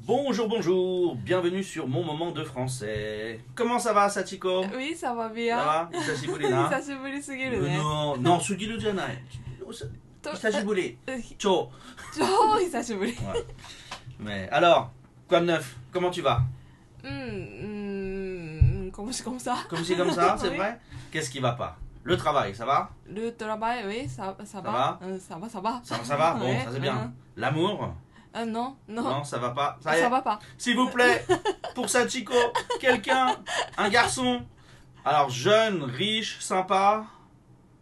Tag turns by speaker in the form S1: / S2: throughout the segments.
S1: bonjour, bonjour, bienvenue sur mon moment de français. Comment ça va, Sachiko
S2: ウィサバビ
S1: Ça
S2: ア
S1: va Sashiburi
S2: 久
S1: na
S2: しぶりすぎるね
S1: Euh, Non, non, sugiru janai.
S2: と
S1: Sashiburi.
S2: えひ
S1: Cho.
S2: 超久しぶり
S1: Mais alors, quoi de neuf Comment tu vas
S2: うんうーんこもしこもさ
S1: Comme si comme ça, c'est
S2: Oui.
S1: vrai Qu'est-ce qui va pas Le travail, ça va
S2: ルートラバイウィササバうんサバサバ
S1: Ça, ça va Bon,
S2: Ouais. Oh.
S1: ça c'est bien. L'amour
S2: あのの
S1: Non, ça va pas. Ça y
S2: サ
S1: est.
S2: バパ
S1: S'il vous plaît, pour Sachiko, quelqu'un, un garçon. Alors, jeune, riche, sympa.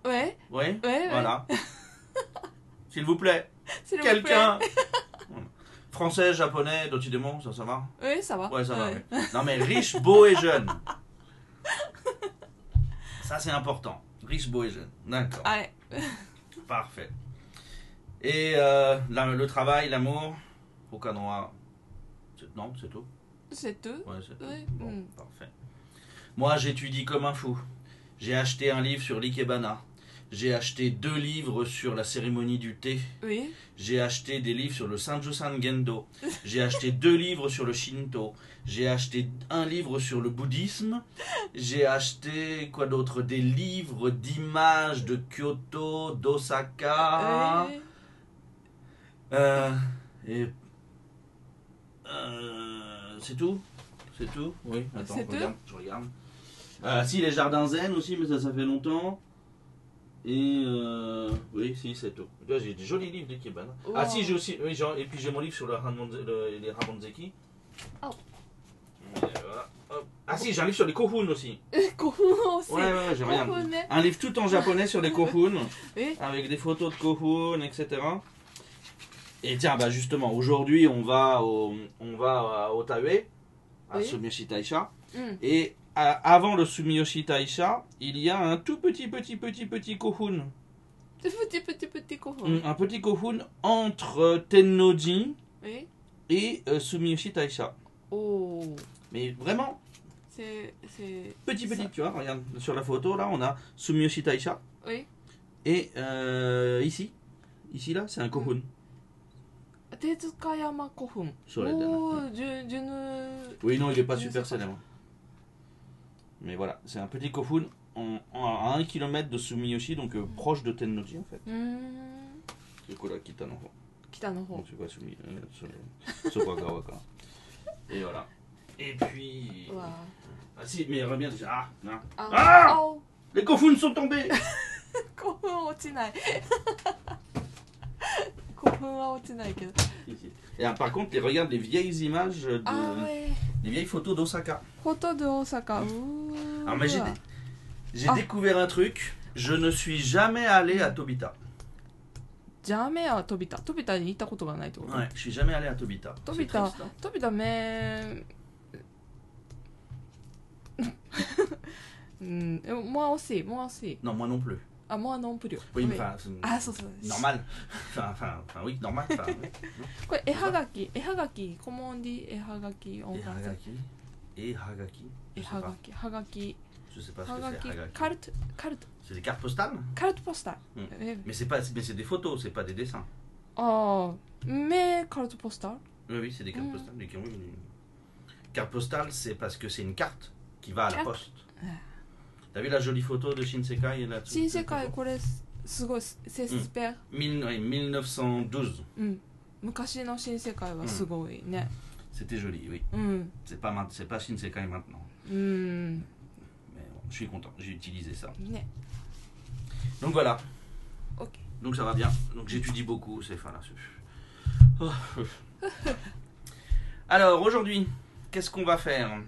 S2: ウェ
S1: Oui,
S2: ouais.
S1: voilà. S'il vous plaît.
S2: シルバープレイ
S1: quelqu'un français, japonais, d'autres démons, ça, ça va
S2: ウェサバ
S1: Ouais, ça
S2: う
S1: va.
S2: ん
S1: ouais. Non, mais riche, beau et jeune. Ça, c'est important. Riche, beau et jeune. D'accord.
S2: あれ
S1: Parfait. Et euh, la- le travail, l'amour, au canoa. C'est- Non, c'est tout.
S2: シェット
S1: Ouais, c'est tout.
S2: Oui,
S1: Bon,
S2: mm.
S1: parfait. Moi, j'étudie comme un fou. J'ai acheté un livre sur l'Ikebana. J'ai acheté deux livres sur la cérémonie du thé.
S2: ウィ
S1: J'ai acheté des livres sur le Sanjusan Gendo. J'ai acheté deux livres sur le Shinto. J'ai acheté un livre sur le bouddhisme. J'ai acheté quoi d'autre Des livres d'images de Kyoto, d'Osaka.
S2: え
S1: Euh, et euh, c'est tout C'est tout Oui. Attends,
S2: C'est
S1: je regarde. Je regarde. Euh, si les jardins zen aussi, mais ça, ça fait longtemps. Et euh, oui, si c'est tout. Là, J'ai des jolis livres d'Ikebana.
S2: Wow.
S1: Ah si, j'ai aussi. Oui, genre, et puis j'ai mon livre sur le Hanmonze- le- les Ramonzeki.
S2: Oh.
S1: Mais, voilà. Hop. Ah si, j'ai un livre sur les Kohun aussi.
S2: え古墳をせ
S1: Ouais, ouais, ouais, j'ai rien.
S2: Kohun, ouais.
S1: Un livre tout en japonais sur les Kohun,
S2: え
S1: avec des photos de Kohun, etc. Et tiens, bah justement, aujourd'hui, on va au, on va à Otawe, à
S2: Oui.
S1: Sumiyoshi Taisha.
S2: うん
S1: Et à- avant le Sumiyoshi Taisha, il y a un tout petit, petit, petit, petit Kohun.
S2: プチプチプチ古墳
S1: Un petit Kohun entre Tennoji
S2: え
S1: et euh, Sumiyoshi Taisha.
S2: おお
S1: Mais vraiment,
S2: せせ
S1: Petit petit,
S2: Ça-
S1: tu vois, regarde sur la photo là, on a Sumiyoshi Taisha
S2: ウィ
S1: et euh, ici, ici là, c'est un kohun
S2: 手塚山古墳
S1: sur la dernière.
S2: おおじゅじゅぬ
S1: Oui, non, il n'est pas
S2: Je
S1: super
S2: sais pas.
S1: célèbre. Mais voilà, c'est un petit kohun en- en- à 1 km de Sumiyoshi, donc euh, proche de Tennoji en fait.
S2: うーん
S1: C'est quoi là, Kitano
S2: 北の方
S1: Donc c'est quoi Sumi euh, Su- Sokagawa quoi. Et voilà. Et puis.
S2: うわ
S1: Ah si, mais reviens déjà. Ah, non.
S2: あ
S1: あー
S2: あ お
S1: Les kofuns sont tombés
S2: 古墳落ちない古墳は落ちないけど
S1: Ici. Et ah, par contre, les- regarde les vieilles images, de,
S2: あーえー
S1: les vieilles photos d'Osaka.
S2: フォトド大阪うーわ
S1: Alors, mais j'ai, j'ai
S2: Ah.
S1: découvert un truc. Je ne suis jamais allé à Tobita.
S2: ジャーメアは飛びた飛びたに行ったことがないってこと、
S1: Ouais, je suis jamais allé à Tobita. C'est
S2: Tobita.
S1: triste, hein.
S2: 飛びためーんうん、でももう惜しい、もう惜しい。
S1: Non, moi non plus.
S2: あ、もうノンプリオ。
S1: Oui,
S2: ご
S1: mais
S2: めん
S1: enfin, c'est
S2: あ、そうそう。
S1: normal. Enfin, enfin, enfin, oui, normal. enfin, oui.
S2: これ絵はがき、絵はがき、コモンディ絵はがき、オン
S1: Et
S2: パンさん
S1: Hagaki.
S2: 絵
S1: Et Hagaki. Je sais
S2: はが
S1: pas.
S2: き、はがき、
S1: Je sais pas ce
S2: はが
S1: que
S2: き
S1: c'est Hagaki.、
S2: カルト、カルト、
S1: C'est des cartes postales
S2: カルトポスタ
S1: うん
S2: ー。え
S1: Mais c'est pas, mais c'est des photos, c'est pas des dessins.
S2: ああ、めカルトポスター
S1: Oui, oui, c'est des cartes
S2: Mm.
S1: postales. Des... oui, oui. Carte postale, c'est parce que c'est une carte Ah. qui va à la
S2: Carte.
S1: poste. T'as vu la jolie photo de Shinsekai là
S2: 新世界これすすごいすセスペア、
S1: 1000 oui, 1912.
S2: うん昔の新世界はすごいね
S1: C'était joli, oui.
S2: うん
S1: C'est pas, ma- c'est pas Shinsekai maintenant.
S2: うん
S1: Mais bon, je suis content, j'ai utilisé ça.
S2: ね
S1: Donc voilà,
S2: OK
S1: donc ça va bien. Donc j'étudie beaucoup, c'est fin là. c'est- Oh. Alors aujourd'hui, qu'est-ce qu'on va faire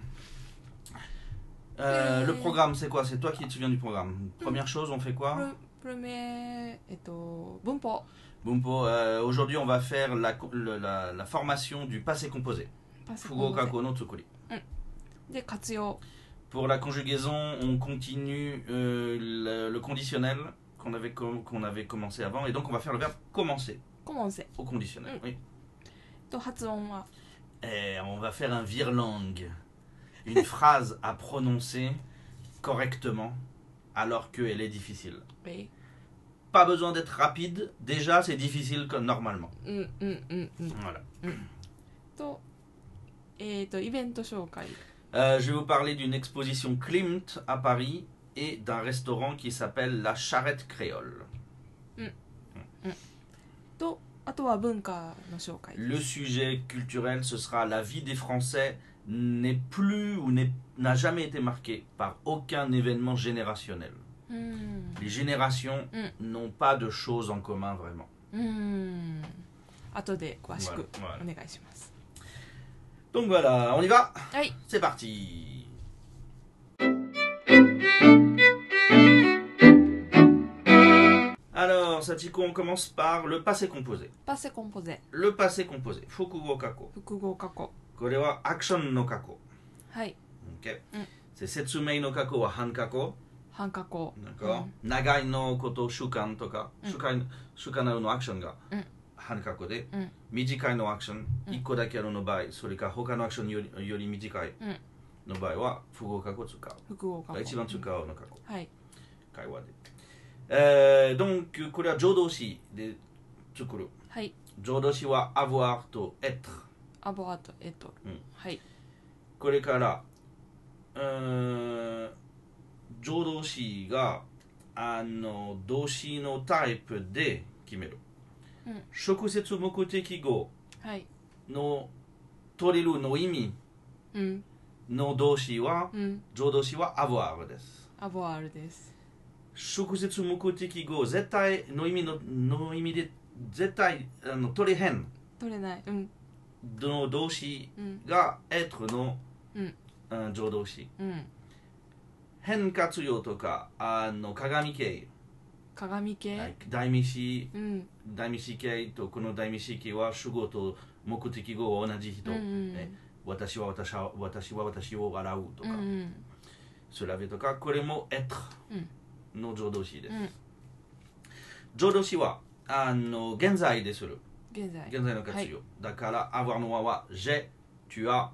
S1: Euh,
S2: Euh.
S1: Le programme, c'est quoi C'est toi qui te souviens du programme. Première chose, on fait quoi
S2: プ premier, えっと、文法。
S1: Bumpo, euh, aujourd'hui on va faire la, co- le- la- la formation du passé composé.
S2: パス
S1: Fugoka kono tsukuri.
S2: で活用。
S1: Pour la conjugaison, on continue euh, le, le conditionnel qu'on avait, com- qu'on avait commencé avant. Et donc on va faire le verbe commencer
S2: 顧問生
S1: au conditionnel.
S2: Mm.
S1: Oui.
S2: と発音は
S1: Et Eh, on va faire un virlangue. Une phrase à prononcer correctement alors qu'elle est difficile.
S2: え
S1: Pas besoin d'être rapide, déjà c'est difficile comme normalement.
S2: うんうんうんうん
S1: Voilà.
S2: とえっ、とイベント紹介
S1: Euh, je vais vous parler d'une exposition Klimt à Paris et d'un restaurant qui s'appelle La Charrette Créole.
S2: とあとは文化の紹介
S1: Le sujet culturel, ce sera la vie des Français n'est plus ou n'est- n'a jamais été marquée par aucun événement générationnel.
S2: うん、
S1: Les générations
S2: Mm.
S1: n'ont pas de choses en commun vraiment.
S2: うん、後で詳しく
S1: Voilà,
S2: お
S1: voilà.
S2: 願いします、
S1: Donc voilà, on y va
S2: はい
S1: C'est parti Alors, Satiko, on commence par le passé composé.
S2: パセコンポゼ
S1: Le passé composé, fukugo kako.
S2: 複合過去
S1: Kore wa action no kako.
S2: はい
S1: Ok.
S2: Mm.
S1: C'est setsumei no kako wa han kako.
S2: 半過去
S1: D'accord. Nagai no koto shukan toka.
S2: Mm.
S1: Shukai, shukanai no action ga
S2: Mm.
S1: han kako de.
S2: Mm.
S1: Mijikai no action,
S2: Mm.
S1: ikko dake aru no bai, sore ka hoka no action yori, yori mijikai
S2: Mm.
S1: no bai wa fugo kako tsukau.
S2: 複合過去
S1: Ga ichiban tsukau no kako.
S2: はい
S1: Kaiwa de. Euh, donc, kore wa jodoshi de tsukuru.
S2: はい
S1: Jodoshi wa avoir to être.
S2: アボアートえっと、
S1: うん
S2: はい
S1: これからうーん助動詞があの動詞のタイプで決める、
S2: うん
S1: 直接目的語
S2: はい
S1: の取れるの意味
S2: うん
S1: の動詞は
S2: うん
S1: 助動詞は avoir です
S2: アボアールです
S1: 直接目的語絶対の意味のの意味で絶対あの取れへん
S2: 取れないうん
S1: の動詞
S2: うん
S1: が être の、
S2: うん
S1: うん、助動詞
S2: うん
S1: 変活用とかあの鏡形
S2: 鏡系、
S1: はい代名詞
S2: うん
S1: 代名詞形とこの代名詞形は主語と目的語は同じ人、
S2: うんうん
S1: ね私は私は私は私を笑うと
S2: うん
S1: か、
S2: うん
S1: 調べとかこれも être の助動詞です、
S2: うん
S1: 助動詞はあの現在でする
S2: 現在
S1: 現在の活用、だから avoir のはは j'ai tu as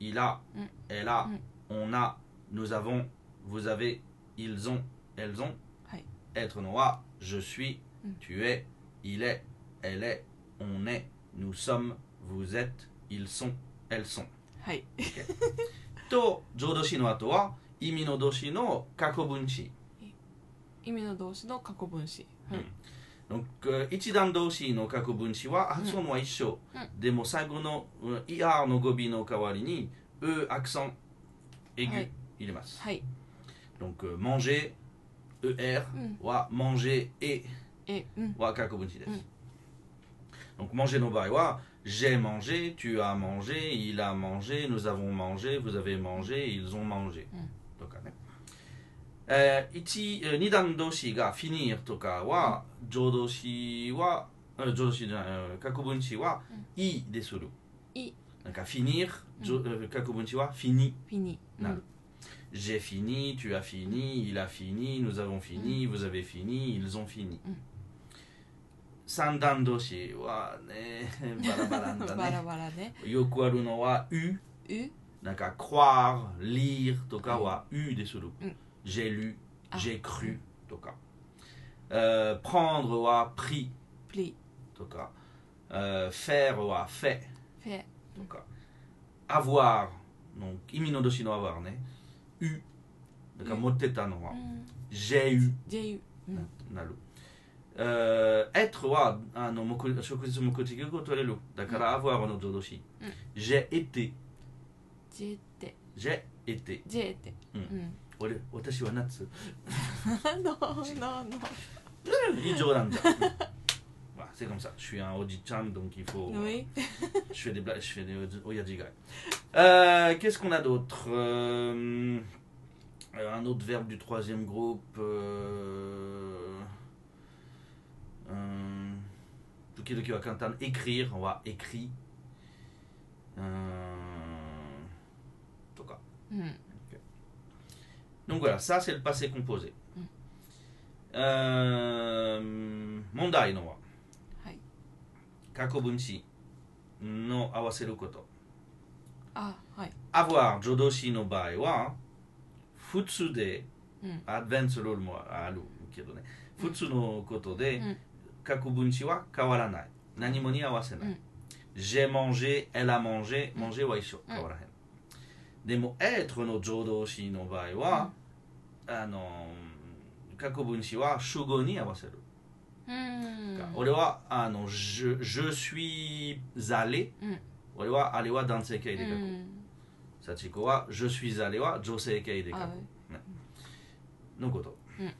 S1: il a、
S2: うん
S1: elle a、on a nous avons vous avez ils ont elles ont
S2: はい
S1: être のは je suis、
S2: うん
S1: tu es、il est、elle est、on est、nous sommes、vous êtes、ils sont、elles sont。
S2: はい
S1: と、浄土詞の後は意味の動詞の過去分詞。
S2: 意味の動詞の過去分詞、はい
S1: Donc, えー一段動詞の過去分詞は発音は一緒。
S2: う
S1: でも最後のうん er の語尾の代わりに e アクセン、エグ、
S2: はい
S1: い、入れます。
S2: はい
S1: Donc, えー manger、er
S2: うん
S1: は manger et
S2: えうん
S1: は過去分詞です。
S2: うん
S1: Donc manger no bai wa j'ai mangé, tu as mangé, il a mangé, nous avons mangé, vous avez mangé, ils ont mangé. hein. Euh, とかね。えー一、えー二段動詞が finir とかは、助動詞は、えー助動詞じゃないえー、過去分詞は、いでする。
S2: い
S1: なんか finir、助えー過去分詞は fini
S2: フィニ
S1: なる。j'ai fini, tu as fini, il a fini, nous avons fini, vous avez fini, ils ont fini.
S2: うん
S1: 三段動詞はね、 バラバ ラ
S2: うん
S1: だ
S2: バラ
S1: ね。
S2: バラね
S1: よくあるのは、u、
S2: う
S1: なんか、croire、lire とかは、u でする
S2: うん。
S1: j'ai lu,
S2: あ
S1: j'ai cru とか。えー prendre は pris
S2: プリ
S1: とか。えー faire は fait
S2: フェ
S1: とか。avoir の意味の動詞の avoir ね。u だから持ってたのは
S2: う、ん
S1: j'ai eu
S2: JU うん
S1: ななる。えー Mmh. Euh, être ah, はあの目食事目的を取れる。だから、avoir の助動詞
S2: うん。
S1: j'ai été。
S2: J って
S1: j'ai été。
S2: J って
S1: う
S2: うんん
S1: 俺、私はナッツ。
S2: ノーノーノ
S1: 以上なんだ。まあ、c'est comme ça. Je suis un おじちゃん donc il faut.
S2: ーい
S1: Je fais des blagues, je fais des oh, oyajigai. Euh, Qu'est-ce qu'on a d'autre Euh, euh, Un autre verbe du troisième groupe. euh, 時は簡単。écrire はécrit。うー euh, んとか。
S3: うん。
S1: Donc voilà, ça c'est le passé composé.
S3: Mm.
S1: Euh, Mondai no wa.
S3: Hai.
S1: Kakobunshi no awaseru koto.
S3: あ、はい。
S1: Avoir jodoshi no bae wa futsu de
S3: Mm.
S1: advent suru mo aru kedo ne. Futsu no koto de
S3: Mm.
S1: kakobunshi wa kawaranai. Nanimo ni awasenai.
S3: Mm.
S1: J'ai mangé, elle a mangé, manger wa isho,
S3: Mm.
S1: kawarahen. Demo être no jodoshi no bae wa あの過去分詞は主語に合わせる、
S3: うん。
S1: 俺はあの「je, je suis allé、
S3: うん
S1: 俺は「あれ」は男性形で書く、
S3: うん。
S1: サチコは「je suis allé」は女性形で書く
S3: あ
S1: のこと、
S3: うん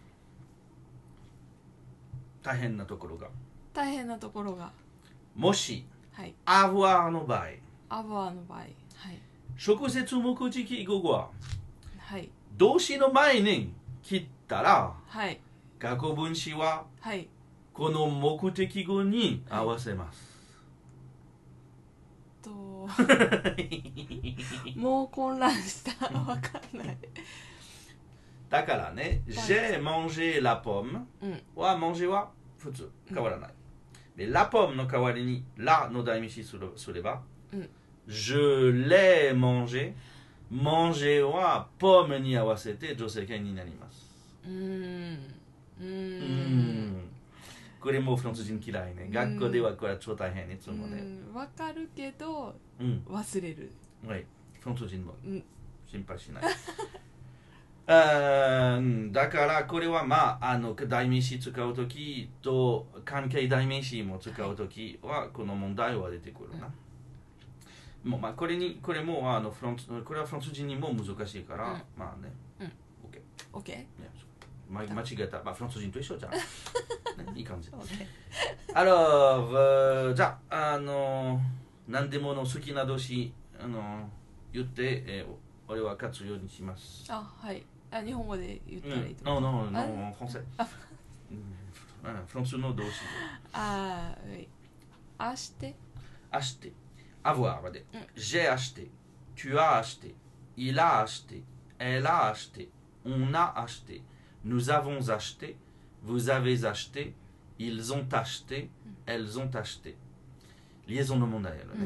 S1: 大変なところが
S3: 大変なところが。
S1: もし
S3: はい。
S1: 「avoir」の場合
S3: アバーの場合。はい。
S1: 直接目的語は
S3: はい。
S1: 動詞の前に切ったら
S3: はい。
S1: 過去分詞は
S3: はい。
S1: この目的語に合わせます、
S3: と。もう混乱した。わかんない。
S1: だからね、j'ai mangé la pomme
S3: うん
S1: は、manger は普通、変わらない。で、la pomme の代わりに、la の代名詞すれすれば、
S3: うん
S1: je l'ai mangé、manger は pomme に合わせて女性形になります。
S3: うん。う。
S1: うん
S2: Mm.
S1: ん。これもフランス人嫌いね。学校ではこれは超大変、いつもね。
S2: うんわかるけど
S1: うん。
S2: 忘れる
S1: はい。フランス人も
S3: うん
S1: 心配しない。 うーんだからこれはまああの代名詞使う時と関係代名詞も使う時はこの問題は出てくるな。もうまあこれにこれもあのフランスこれはフランス人にも難しいから、
S3: うん
S1: まあね。
S3: うん
S1: OK。
S3: オッケ
S1: ねま間違えた、まあ、フランス人と一緒じゃ ん、ね、いい感じ Alors, euh, じゃあ、あの何でもの好きな動詞、あの言って、えーお俺は勝つようにします
S3: ー。あ、はい。あ、日本語で言っ
S1: う
S2: Ah,
S3: たらいい
S1: ん
S3: と、思う。
S1: non, non,
S3: あ
S1: non, en français. Mm. Ah, うんうんフランスの動詞。
S3: あー、はい。あして。
S1: acheter. avoir まで
S3: うん
S1: j'ai acheté tu as acheté il a acheté elle a acheté on a acheté nous avons acheté vous avez acheté ils ont acheté elles ont acheté liaison no 問題やろ
S3: う
S1: ね、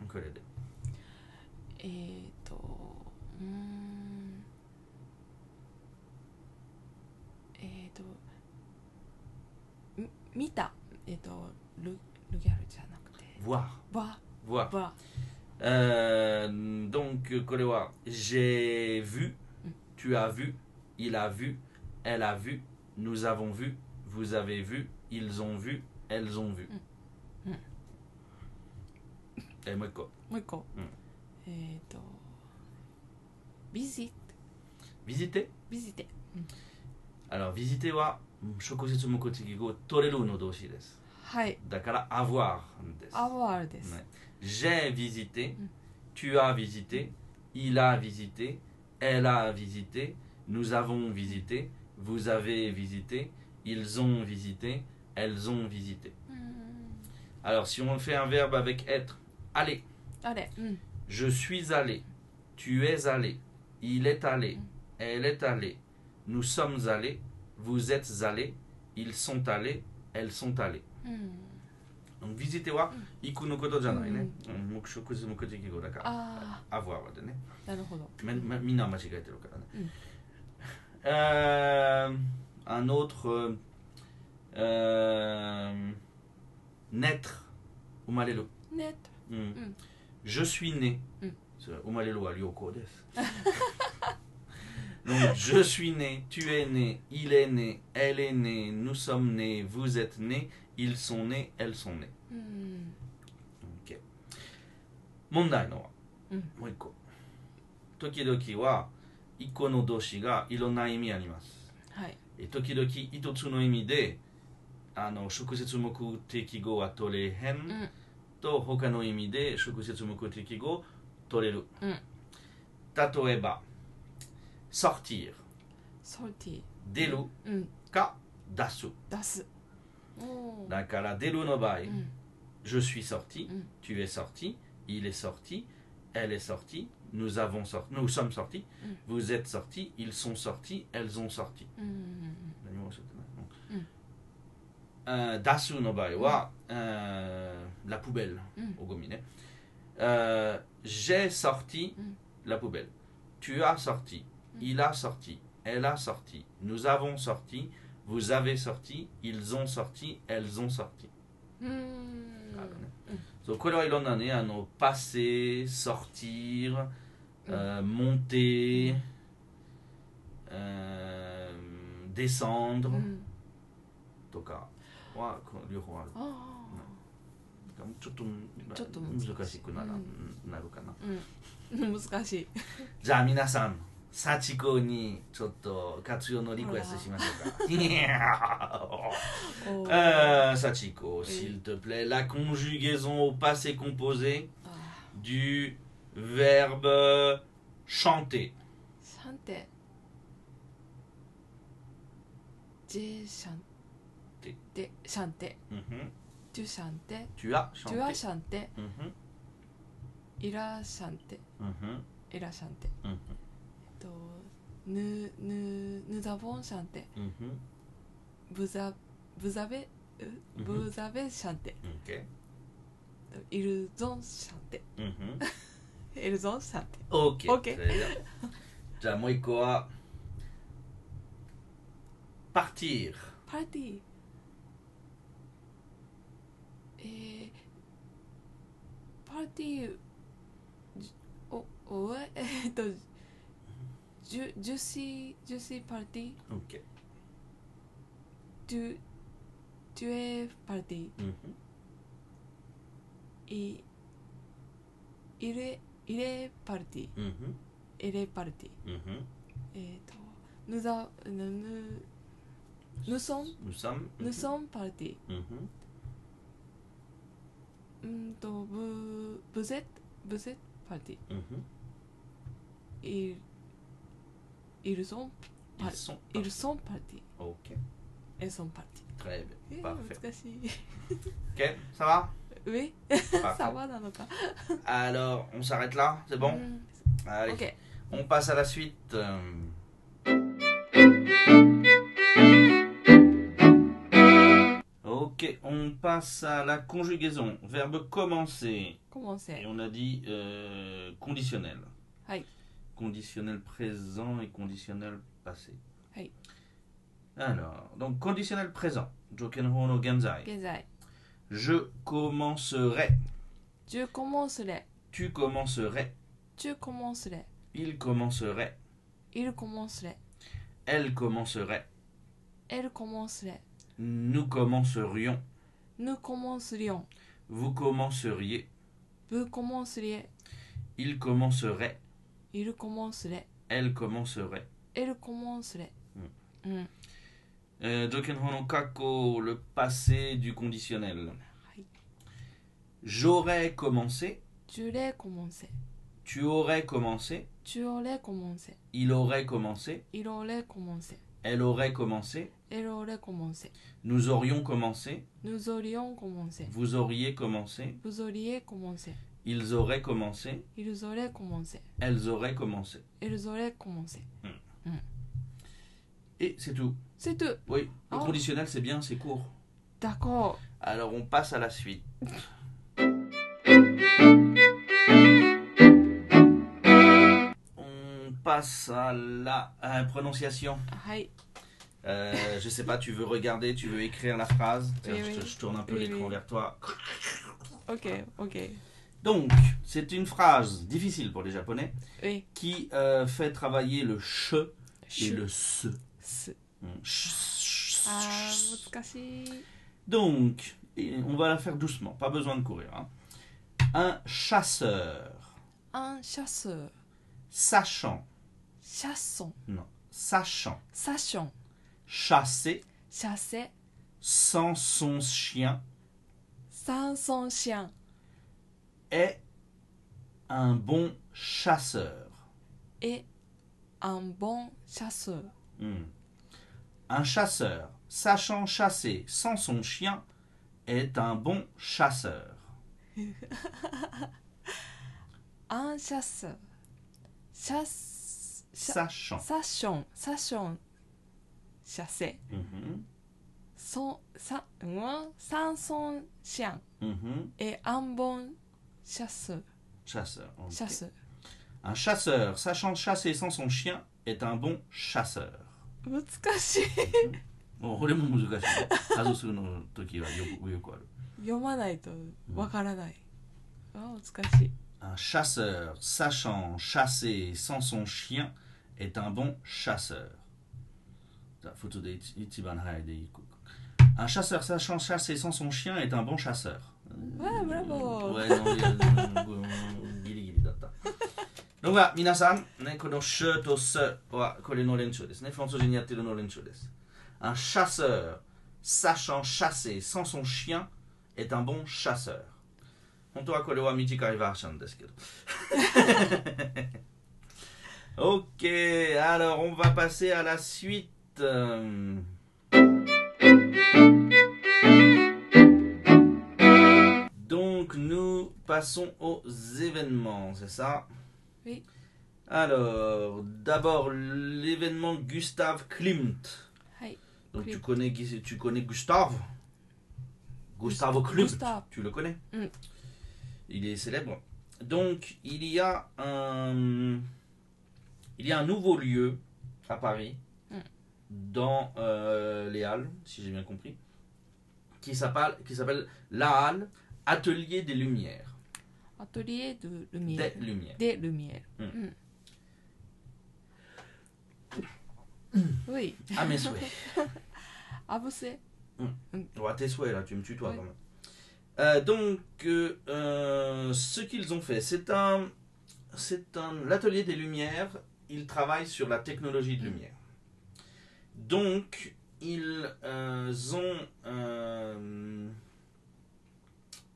S2: Mm.
S3: ん。
S1: これで
S3: えーとうーんえーとみ見たえーとルルギャルじゃなくて
S1: voir
S3: わ
S1: voir
S3: わ
S1: Euh, donc これは j'ai vu
S3: うん
S1: tu as vu il a vu elle a vu nous avons vu vous avez vu ils ont vu elles ont vu
S3: うんうん
S1: えもう一個
S3: もう一個、
S1: うん
S3: えーとビジ
S1: visiter
S3: ビジテ
S1: Alors, visiter はうん直接無口義語取れるの動詞です。
S3: はい
S1: だから avoir です。
S3: アワールです、
S1: ね J'ai visité,
S3: うん
S1: tu as visité, il a visité, elle a visité, nous avons visité, vous avez visité, ils ont visité, elles ont visité.
S3: うーん
S1: Alors, si on fait un verbe avec être, aller,
S3: あれうん、
S1: je suis allé, tu es allé, il est allé,
S3: Mm.
S1: elle est allée, nous sommes allés, vous êtes allés, ils sont allés, elles sont allées.
S3: うん、
S1: Donc visiter wa iku no koto janai ne.
S3: Mm. Ah,
S1: Mm, moku- 直接目的語だから
S3: あ
S1: avoir までね。
S3: あなるほど
S1: ままみんな間違えてるからね。
S3: うん
S1: えー Euh, un autre euh, euh, naître 生まれる。
S3: ね
S1: うん
S3: ん
S1: Je suis né.
S3: うん
S1: それ生まれるは良好です。Donc, je suis né, tu es né, il est né, elle est née, nous sommes nés, vous êtes nés, ils sont nés, elles sont nées.
S3: うん
S1: ケー問題のは、
S3: うん
S1: もう一個時々は一個の動詞がいろんな意味あります
S3: はい
S1: え時々一つの意味であの直接目的語は取れへん、
S3: ん
S1: と他の意味で直接目的語取れる、
S3: うん
S1: 例えば sortir
S3: ソルティ
S1: 出る
S3: うん
S1: か出す
S3: 出す
S2: おー
S1: だからデルの場合、
S2: うん、
S1: je suis sorti,
S2: Mm.
S1: tu es sorti, il est sorti, elle est sortie, nous avons sorti, nous sommes sortis,
S2: Mm.
S1: vous êtes sortis, ils sont sortis, elles ont sorti.
S2: うんうん
S1: 何も忘れてない
S2: Mm.
S1: うんあーダスの場合は、あー euh, la poubelle
S2: うんうん
S1: おゴミね。あー j'ai sorti
S2: Mm.
S1: la poubelle. Tu as sorti.
S2: Mm.
S1: Il a sorti. Elle a sorti. Nous avons sorti. Vous avez sorti. Ils ont sorti. Elles ont sorti.
S2: うーん
S1: だからね
S2: うん
S1: そうこれはいろんなねあの passer sortir、euh, monter、euh, descendre、
S2: うん
S1: とかはこの両方ある
S2: あ
S1: なんかちょっと
S2: ちょっと難しい
S1: 難しくなら、なるかな
S2: あうん難しい
S1: じゃあ皆さん幸子にちょっと活用のリクエストしましょうか。い や
S2: おー
S1: Euh, Sachiko, s'il te plaît, la conjugaison au passé composé
S2: あ
S1: du verbe
S2: ー
S1: chanter.
S2: シャンテジェシャン
S1: テ
S2: テシャンテ
S1: Mhm.
S2: ジュシャンテ
S1: Tu as
S2: ジュア
S1: chanté.
S2: シャンテ
S1: Mhm.
S2: イラシャンテ
S1: Mhm.
S2: イラシャンテえ
S1: Mhm.
S2: っとヌヌヌザボンシャンテ
S1: Mhm.
S2: ブザブザベ
S1: うん
S2: ブザベシャンテ
S1: Mhm. Ok.
S2: イルゾンシャンテ
S1: Mhm.
S2: エルゾンシャンテ
S1: Ok.
S2: Ok.
S1: Très bien. Ja, moikoa. Partir.
S2: パーティーえー、パーティーじおおええーっとジュジュシージュシーパーティー
S1: Ok.
S2: ジュジュエパーティ
S1: Mhm.
S2: ーイイレイレパーティ
S1: Mhm.
S2: ーイレパーティー
S1: Mhm.
S2: えー、っとヌザヌヌヌソン
S1: Nous sommes.
S2: ヌソンパーティー
S1: Mhm.
S2: うんとブブゼッブゼッパーティー
S1: Mhm.
S2: イルイルソン
S1: Ils sont.
S2: イルソンパーティー
S1: Ok.
S2: エソンパーティ
S1: Très bien.
S2: ーえー
S1: Parfait.
S2: 難しい
S1: Ok. Ça va
S2: 上
S1: Parfait.
S2: サバなのか
S1: Alors, on s'arrête là C'est
S2: う
S1: bon
S2: ん
S1: Allez,
S2: OK
S1: on passe à la suite. euh. Ok, on passe à la conjugaison. Verbe commencer.
S2: コモンセ
S1: Et on a dit euh, conditionnel.
S2: Hi.
S1: Conditionnel présent et conditionnel passé.
S2: Hi.
S1: Alors, donc conditionnel présent. Jokenho no Genzai.
S2: 現在
S1: Je commencerai.
S2: 中コモンスレ
S1: Tu commencerais.
S2: 中コモンスレ
S1: Il commencerait.
S2: イルコモンスレ
S1: Elle commencerait.
S2: エルコモンスレ
S1: Nous commencerions.
S2: ヌコモンスリオン
S1: Vous commenceriez.
S2: ブコモンスリエ
S1: Il commencerait.
S2: イルコモンスレ
S1: Elle commencerait.
S2: エルコモンスレうん、
S1: Euh, Jokenhon no Kako, le passé du conditionnel.
S2: Hi.
S1: J'aurais commencé.
S2: ジュレコモンセ
S1: Tu aurais commencé.
S2: 中央レコモンセ
S1: Il aurait commencé.
S2: イロレコモンセ
S1: Elle aurait commencé.
S2: エロレコモンセ
S1: Nous aurions commencé.
S2: ヌゾリオンコモンセ
S1: Vous auriez commencé.
S2: ブゾリエコモンセ
S1: Ils auraient commencé.
S2: イルゾレコモンセ
S1: Elles auraient commencé.
S2: エルゾレコモンセ
S1: Et c'est tout.
S2: セトゥ
S1: Oui, le
S2: Oh.
S1: conditionnel c'est bien, c'est court.
S2: ダコ
S1: Alors on passe à la suite. On passe à la à la prononciation.
S2: はい、
S1: Euh, je sais pas, tu veux regarder, tu veux écrire la phrase. Tiens,
S2: Oui,
S1: je,
S2: oui.
S1: te- je tourne un peu
S2: Oui,
S1: l'écran
S2: oui.
S1: vers toi.
S2: オッケー、オッケー。
S1: Donc, c'est une phrase difficile pour les Japonais
S2: ウェイ、
S1: qui euh, fait travailler le sh et
S2: シュ
S1: le se.
S2: ス。
S1: Mm. Sh- sh-
S2: あー、
S1: sh-
S2: 難しい。
S1: Donc, et on va la faire doucement, pas besoin de courir. hein. Un chasseur,
S2: アンシャス、
S1: sachant,
S2: シャッソン、
S1: sachant,
S2: サッション、
S1: chasser
S2: シャセ、
S1: sans son chien
S2: サンソンシアン。
S1: est un bon chasseur.
S2: え、アンボンシャス。
S1: Hmm. Un chasseur sachant chasser sans son chien, est un bon chasseur.
S2: アンシャスシャスシャ
S1: Sachant.
S2: サッションサッションシャセ
S1: Mhm,
S2: ソンサうんサンソンシャン
S1: mhm,
S2: えアンボンシャス
S1: Chasseur. ok.
S2: シャス
S1: Un chasseur sachant chasser sans son chien est un bon chasseur.
S2: 難しい
S1: もうこれも難しい。数するの時はよくよくある。
S2: 読まないとわからない、あ難しい
S1: Un chasseur sachant chasser sans son chien est un bon chasseur. じゃあ普通で一一番早いでいい。Un chasseur sachant chasser sans son chien est un bon chasseur.
S2: わあブラボー、
S1: Ouais, non, il y a- mm, mm, ギリギリだった。のが皆さん、ね、この「シュ」と「す」はこれの練習ですね。フランス人にやってるの練習です。Un chasseur sachant chasser sans son chien est un bon chasseur. 本当はこれは短いバージョンですけど。ok, alors on va passer à la suite. Euh, Donc nous passons aux événements, c'est ça
S2: Oui.
S1: Alors, d'abord l'événement Gustave Klimt.
S2: はい、
S1: Donc
S2: Klimt.
S1: tu connais Gus- tu connais Gustave Gustave Klimt.
S2: Gustave.
S1: Tu le connais
S2: Mm.
S1: Il est célèbre. Donc il y a un il y a un nouveau lieu à Paris
S2: Mm.
S1: dans euh, les Halles, si j'ai bien compris, qui s'appelle qui s'appelle la Halle Atelier des Lumières.
S2: アトリエ・ドゥ・ルミエ
S1: Des
S2: ル
S1: Lumières.
S2: でルミエル
S1: う
S2: うんうい
S1: Ah mais souhaits.
S2: あぶせ
S1: Ouais, tes souhaits là, tu me tutoies
S2: Ouais.
S1: quand même. Euh, donc, euh, euh, ce qu'ils ont fait, c'est un, c'est un, l'atelier des lumières. Ils travaillent sur la technologie
S2: Mm.
S1: de lumière. Donc, ils euh, ont, euh,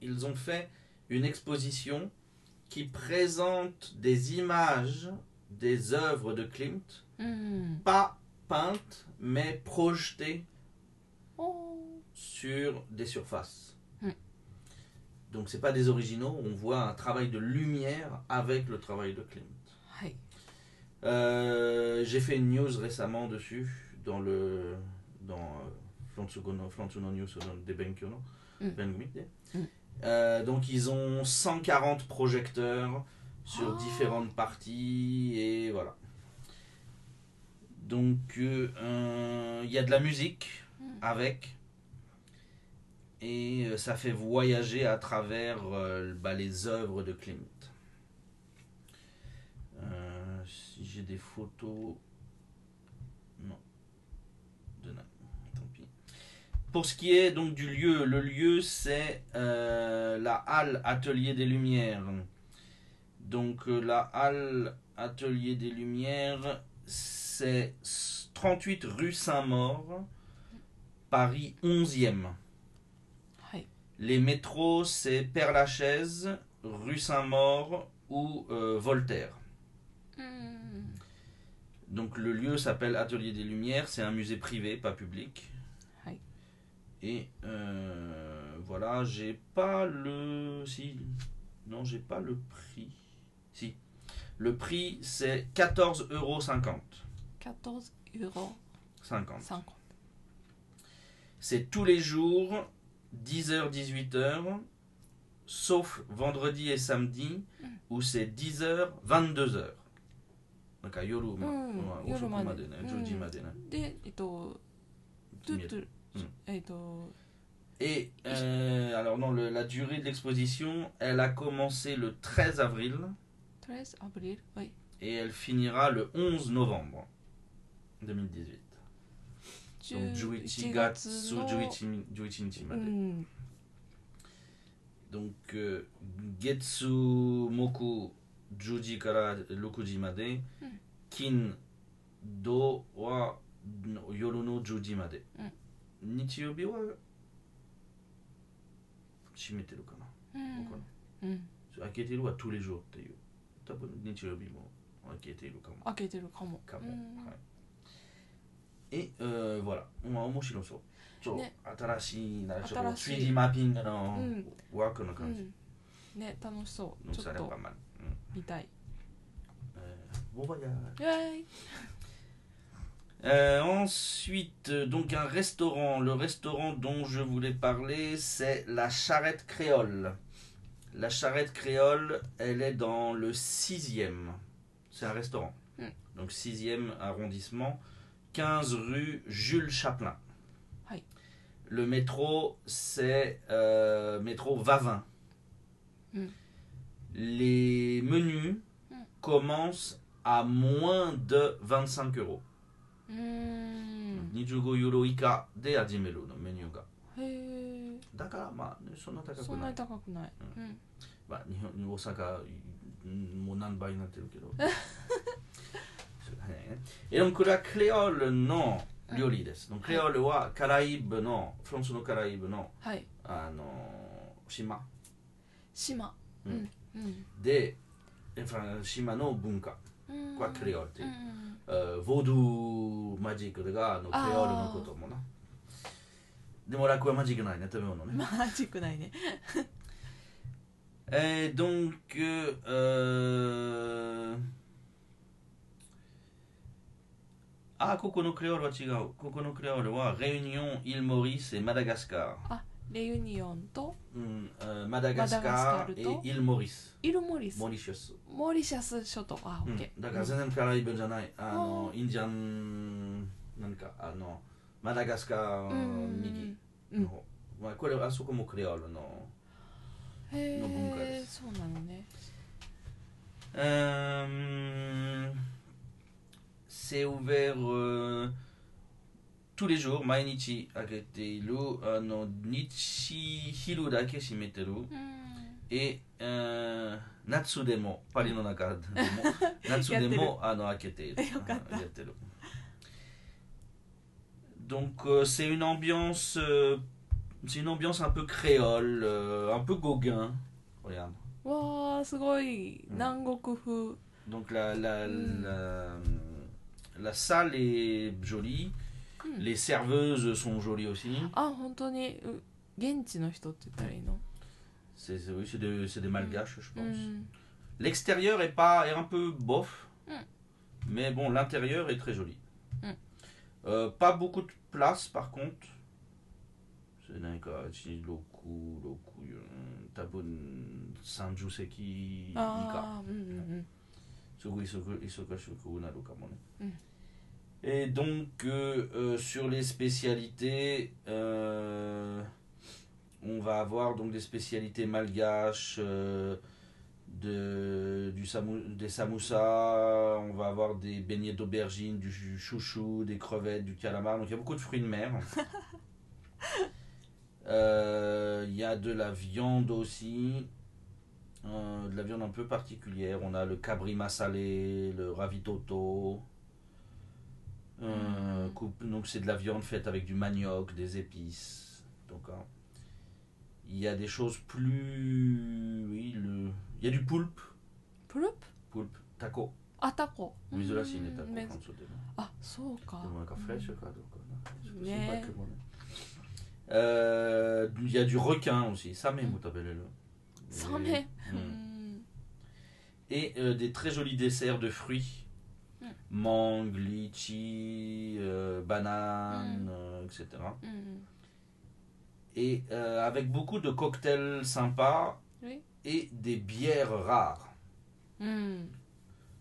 S1: ils ont fait une exposition qui présente des images des œuvres de Klimt,
S2: うん。
S1: pas peintes, mais projetées
S2: おー
S1: sur des surfaces.
S2: Mm.
S1: Donc c'est pas des originaux, on voit un travail de lumière avec le travail de Klimt.
S2: はい。
S1: Euh, J'ai fait une news récemment dessus dans le dans euh, Flantsugono- Flantsuno News dans le Debenkyo, non
S2: Mm.
S1: Benguide.
S2: Mm.
S1: Euh, donc ils ont 140 projecteurs sur
S2: Ah.
S1: différentes parties et voilà. Donc euh, euh, il y a de la musique
S2: Mm.
S1: avec et euh, ça fait voyager à travers euh, bah, les œuvres de Klimt. Euh, si j'ai des photos. Non. De na- Tant pis. Pour ce qui est donc du lieu, le lieu c'est euh, la halle Atelier des Lumières. Donc euh, la halle Atelier des Lumières, c'est s- 38 rue Saint-Maur, Paris 11e.
S2: はい。
S1: Les métros, c'est Père-Lachaise, rue Saint-Maur ou euh, Voltaire.
S2: うん。
S1: Donc le lieu s'appelle Atelier des Lumières, c'est un musée privé, pas public.
S2: Oui.
S1: Et euh, voilà, j'ai pas le... Si, non, j'ai pas le prix. Si. Le prix, c'est 14,50 euros.
S2: 14ユーロ
S1: 50.
S2: 3個。
S1: C'est tous les jours, 10h, 18h, sauf vendredi et samedi,
S2: Mm.
S1: où c'est 10h, 22h. Donc à Yoru, ma-
S2: Mm,
S1: ma-
S2: Yoru
S1: Osoku
S2: made.
S1: made ne, Joji
S2: Mm.
S1: made ne.
S2: で、えっと、トゥトゥ、
S1: うん
S2: えっと、
S1: Et euh, alors non, le- la durée de l'exposition, elle a commencé le 13 avril
S2: 13アブリル、はい。
S1: et elle finira le 11 novembre 2018. Donc 11 gatsu, 11 mi- 11 michi
S2: う
S1: made.
S2: ん。
S1: Donc euh, Getsu Moku Juji kara 6時まで、
S2: うん
S1: 金土はの夜の10時まで、
S2: うん
S1: 日曜日は閉めてるか
S2: う
S1: なわ
S2: ん
S1: かんない
S2: うん。
S1: 開けてるは tous les jours っていう多分日曜日も開けているかも
S2: 開けてるかも。
S1: かも、
S2: うん
S1: はいえ、うんvoilà。まあ euh, 面白そう。ちょ、
S2: ね
S1: 新しい、なんかちょっと
S2: 新しい
S1: 3D マッピングの
S2: うん
S1: ワークの
S2: う
S1: 感じ。
S2: んね楽しそう
S1: の
S2: ちょ
S1: さ
S2: っ
S1: れば
S2: と
S1: まあ、うん。
S2: 見たい
S1: Euh, bon voyage.
S2: Ouais.
S1: Euh, ensuite, euh, donc un restaurant. Le restaurant dont je voulais parler, c'est la Charrette Créole. La Charrette Créole, elle est dans le 6e. C'est un restaurant.
S2: Mm.
S1: Donc 6e arrondissement, 15 rue Jules Chaplin.
S2: Oui.
S1: Le métro, c'est euh, métro Vavin.
S2: Mm.
S1: Les menus
S2: Mm.
S1: commencent à moins de 25 euros.
S2: うーん
S1: 25ユーロ以下で始めるのメニューが
S2: へえ
S1: だからまあねそんな高
S2: そ
S1: く
S2: んな
S1: ない
S2: に高くないうん
S1: まあ、日本大阪うんもう何倍になってる けどそうだねえでもこれはクレオールの料理です、でもクレオールはカライブのフランスのカライブの
S2: はい
S1: あの島
S2: 島
S1: うん
S2: うん
S1: でえフラン島の文化
S2: うん
S1: はクレオールっていう
S2: う、ん
S1: えーボードゥーマジックがあのクレオールのこともなでも楽はマジックないね食べ物ね
S2: マジックないね
S1: Et donc, euh, euh, ah, Coco no Creole, wa chigau. Coco no Creole, wa Réunion, île Maurice et Madagascar.
S2: レユニオンと
S1: Hmm, euh, Madagascar,
S2: Madagascar
S1: et
S2: to.
S1: île Maurice.
S2: イルモリス
S1: Mauritius.
S2: モーリシャス諸島あオ
S1: Hmm,
S2: ッケー
S1: D'accord, c'est un Caraïbe, j'en ai. Ah non,
S2: Oh.
S1: Indian. nanka, ah non. Madagascar,
S2: うん
S1: migi.
S2: うん
S1: No. Ouais, quoi, le- ah, so como Creole, non. の文化
S2: へ
S1: で
S2: えそうなのね
S1: Euh, c'est ouvert euh, tous les jours. Mainichi aketeiru, ano nichi hiru dake shimeteru. euh,
S2: うん
S1: え、えー夏でもパリの中でも夏でもあの開けている
S2: よかった
S1: やってる Donc euh, c'est une ambiance euh, c'est une ambiance un peu créole, euh, un peu Gauguin. Regarde.
S2: わあすごい
S1: うん
S2: 南国風
S1: Donc la, la,
S2: Mm.
S1: la, la salle est jolie,
S2: うん
S1: les serveuses sont jolies aussi.
S2: あ本当にう現地の人って言ったらいいの
S1: C'est c'est- oui, c'est des, c'est des malgaches, je
S2: う
S1: pense.
S2: ん
S1: L'extérieur est, pas, est un peu bof,
S2: Mm.
S1: mais bon, l'intérieur est très joli.
S2: Mm.
S1: Euh, pas beaucoup de place par contre. C'est Nanka, Loku, Loku, euh, Tabun, Sanjuseki, Ika.
S2: ああうんうん
S1: すごい忙忙しくなるかもね。
S2: うん
S1: Et donc, euh, euh, sur les spécialités, euh, on va avoir donc des spécialités malgaches, euh, de, du samou- des samoussas, on va avoir des beignets d'aubergine, du chou- chouchou, des crevettes, du calamar. Donc, il y a beaucoup de fruits de mer. Euh, Il y a de la viande aussi. Euh, de la viande un peu particulière. On a le cabrima salé, le ravitoto. Euh,
S2: Mm.
S1: coupe- donc c'est de la viande faite avec du manioc, des épices. Donc hein. il y a des choses plus, oui le, il y a du poulpe,
S2: プループ
S1: poulpe, taco.
S2: あタコ
S1: Misola
S2: う
S1: sine
S2: ん
S1: taco.
S2: め
S1: kanso de-
S2: あそうか
S1: de mon aka fresh, quoi, donc, hein. Je sais pas
S2: Mmh. Mais-
S1: que bon, hein. Euh, il y a du requin aussi. Ça mais
S2: Mm.
S1: mutabelelo.
S2: サメ
S1: Mm.
S2: うん
S1: et euh, des très jolis desserts de fruits
S2: Mm.
S1: mangue, litchi, euh, banane,
S2: Mm.
S1: euh, etc.
S2: うん、
S1: Et euh, avec beaucoup de cocktails sympas
S2: Oui.
S1: et des bières rares.
S2: うん、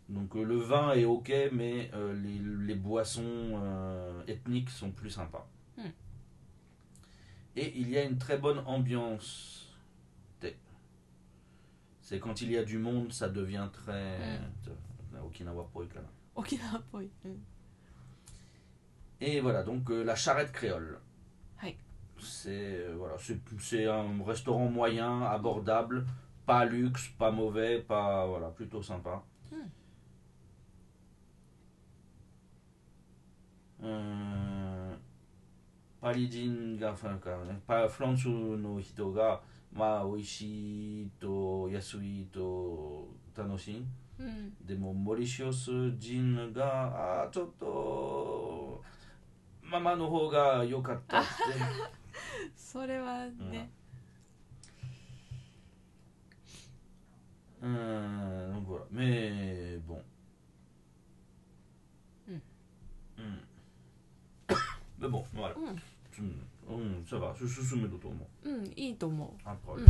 S1: Donc euh, le vin est ok, mais euh, les, les boissons euh, ethniques sont plus sympas.
S2: Mm.
S1: Et il y a une très bonne ambiance. Thé. C'est quand il y a du monde, ça devient très... euh, Okinawa poikana.
S2: 沖縄っぽい、うん、
S1: Et voilà, donc euh, la charrette créole.
S2: Oui.
S1: C'est euh, voilà, c'est- c'est un restaurant moyen, abordable, pas luxe, pas mauvais, pas voilà, plutôt sympa.
S2: Hmm.
S1: Euh, パリ人が、なんかね、パフランスの人が、まあ、美味しいと、安いと、楽しい。
S2: うん、
S1: でもモリシオス人があーちょっとママの方が良かったって
S2: それはね、
S1: うんdonc voilà mais bon
S3: Mm.
S1: Mm. mais bon voilà
S3: Mm.
S1: Mm, mm, ça va je suis soumis d'autres mots
S3: うん、いいと思
S1: un problème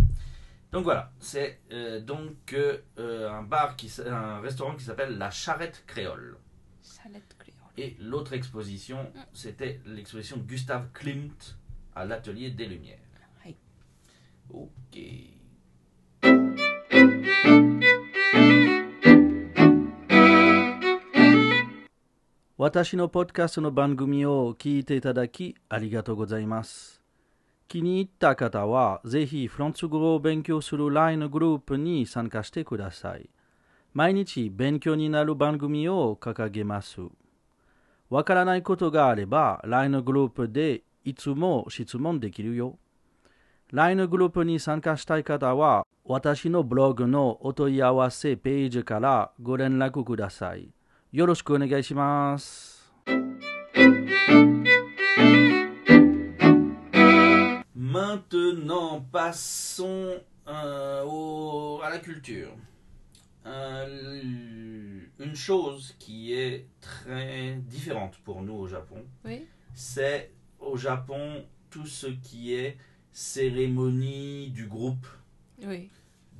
S1: donc voilà c'est euh, donc euh, euh, un bar qui s- un restaurant qui s'appelle la charrette créole
S3: う。シャレットクレヨ
S1: Et l'autre exposition, c'était l'exposition Gustave Klimt à l'Atelier des Lumières.
S3: Oui.
S1: Ok.
S4: 私のポッドキャストの番組を聞いていただきありがとうございます。気に入った方は、ぜひフランス語を勉強する LINE グループに参加してください。毎日勉強になる番組を掲げます。わからないことがあれば、LINE グループでいつも質問できるよ。LINE グループに参加したい方は、私のブログのお問い合わせページからご連絡ください。よろしくお願いします。
S1: Maintenant, passons euh, au- à la culture. Euh, une chose qui est très différente pour nous au Japon,
S3: ン。え
S1: c'est au Japon tout ce qui est cérémonie du groupe.
S3: はい。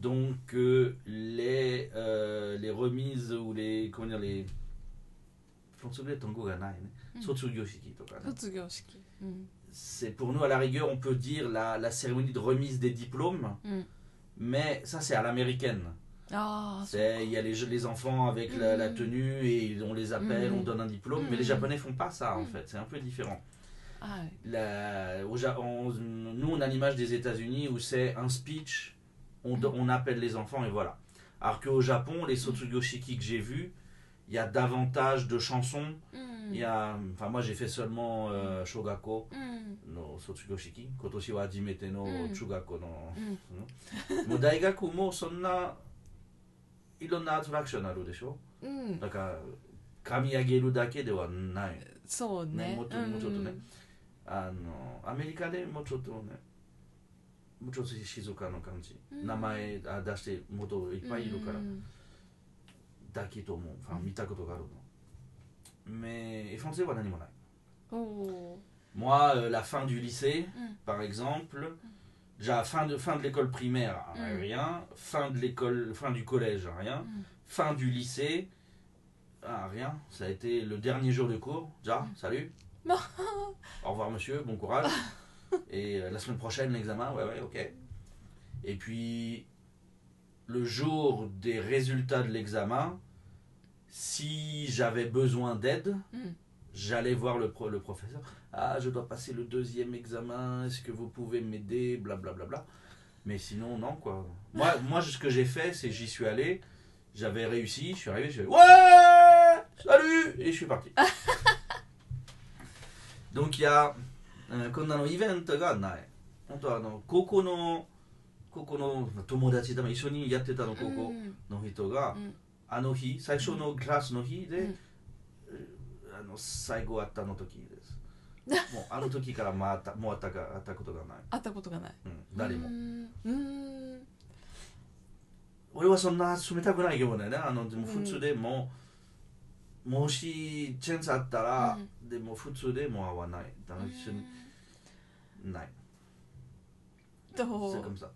S1: Donc euh, les, euh, les remises ou les comment dire les Français, tango ga nai ne.
S3: Mm.
S1: Sotsugyōshiki toka ne.
S2: 卒業式、
S3: うん。
S1: C'est pour nous à la rigueur on peut dire la, la cérémonie de remise des diplômes,
S3: うん。
S1: mais ça c'est à l'américaine.
S2: ああ
S1: C'est- Il y a les, jeux- les enfants avec la, la
S2: Mm.
S1: tenue et on les appelle,
S3: Mm.
S1: on donne un diplôme,
S2: Mm.
S1: mais les Japonais font pas ça en
S2: Mm.
S1: fait, c'est un peu différent.
S2: はい、
S1: La- au Ja- on- nous, on a l'image des États-Unis où c'est un speech, on, do- on appelle les enfants et voilà. Alors qu'au Japon, les Sotsugoshiki que j'ai vus, il y a davantage de chansons.
S2: うん、
S1: Il y a, enfin, moi j'ai fait seulement euh, Shogako
S2: うん、
S1: no Sotsugoshiki, Kotoshi wa hajimete no
S2: Mm.
S1: Chugako no. hein.
S2: うん、
S1: もう大学もそんないろんなアトラクションあるでしょ
S3: うん。
S1: だから、噛み上げるだけではない。
S2: そうね
S1: ねもうちょ
S2: ん
S1: もうちょっとねあのアメリカでもうちょっとねもうちょっと静かな感じ、
S2: うん
S1: 名前あ出して元いっぱいいるから
S2: うん
S1: だけと思う、ファン見たことがあるの。Mais en français, voilà, n'importe
S2: おお
S1: Moi, euh, la fin du lycée,
S2: Mm.
S1: par exemple, déjà fin de, fin de l'école primaire, hein,
S2: Mm.
S1: rien. Fin de l'école, fin du collège, rien.
S2: Mm.
S1: Fin du lycée, ah, rien. Ça a été le dernier jour de cours. Déjà,
S2: Mm.
S1: salut.
S2: Non.
S1: Au revoir, monsieur, bon courage. Et euh, la semaine prochaine, l'examen, ouais, ouais, ok. Et puis, le jour des résultats de l'examen, si j'avais besoin d'aide,
S2: Mm.
S1: j'allais voir le, pro- le professeur. Ah, je dois passer le deuxième examen, est-ce que vous pouvez m'aider Blablabla. Bla, bla. Mais sinon, non, quoi. Moi, moi ce que j'ai fait, c'est que j'y suis allé, j'avais réussi, je suis arrivé, je fais Ouais Salut Et je suis parti. Donc, il y a. euh, こんなのイベントがない。本当はあの高校の高校の友達でも一緒にやってたの高校
S2: うん
S1: の人が、
S2: うん
S1: あの日最初のクラスの日で、
S2: うん
S1: えーあの最後会ったの時 です。もうあの時からまたもう会ったか会ったことがない。
S2: 会ったことがない
S1: うん、誰も
S2: う。んうん
S1: 俺はそんな冷たくないけどねあのでも普通でも、もしチャンスあったら、でも普通でも会わないだから一緒にない
S2: ど
S1: c'est
S2: う
S1: comme ça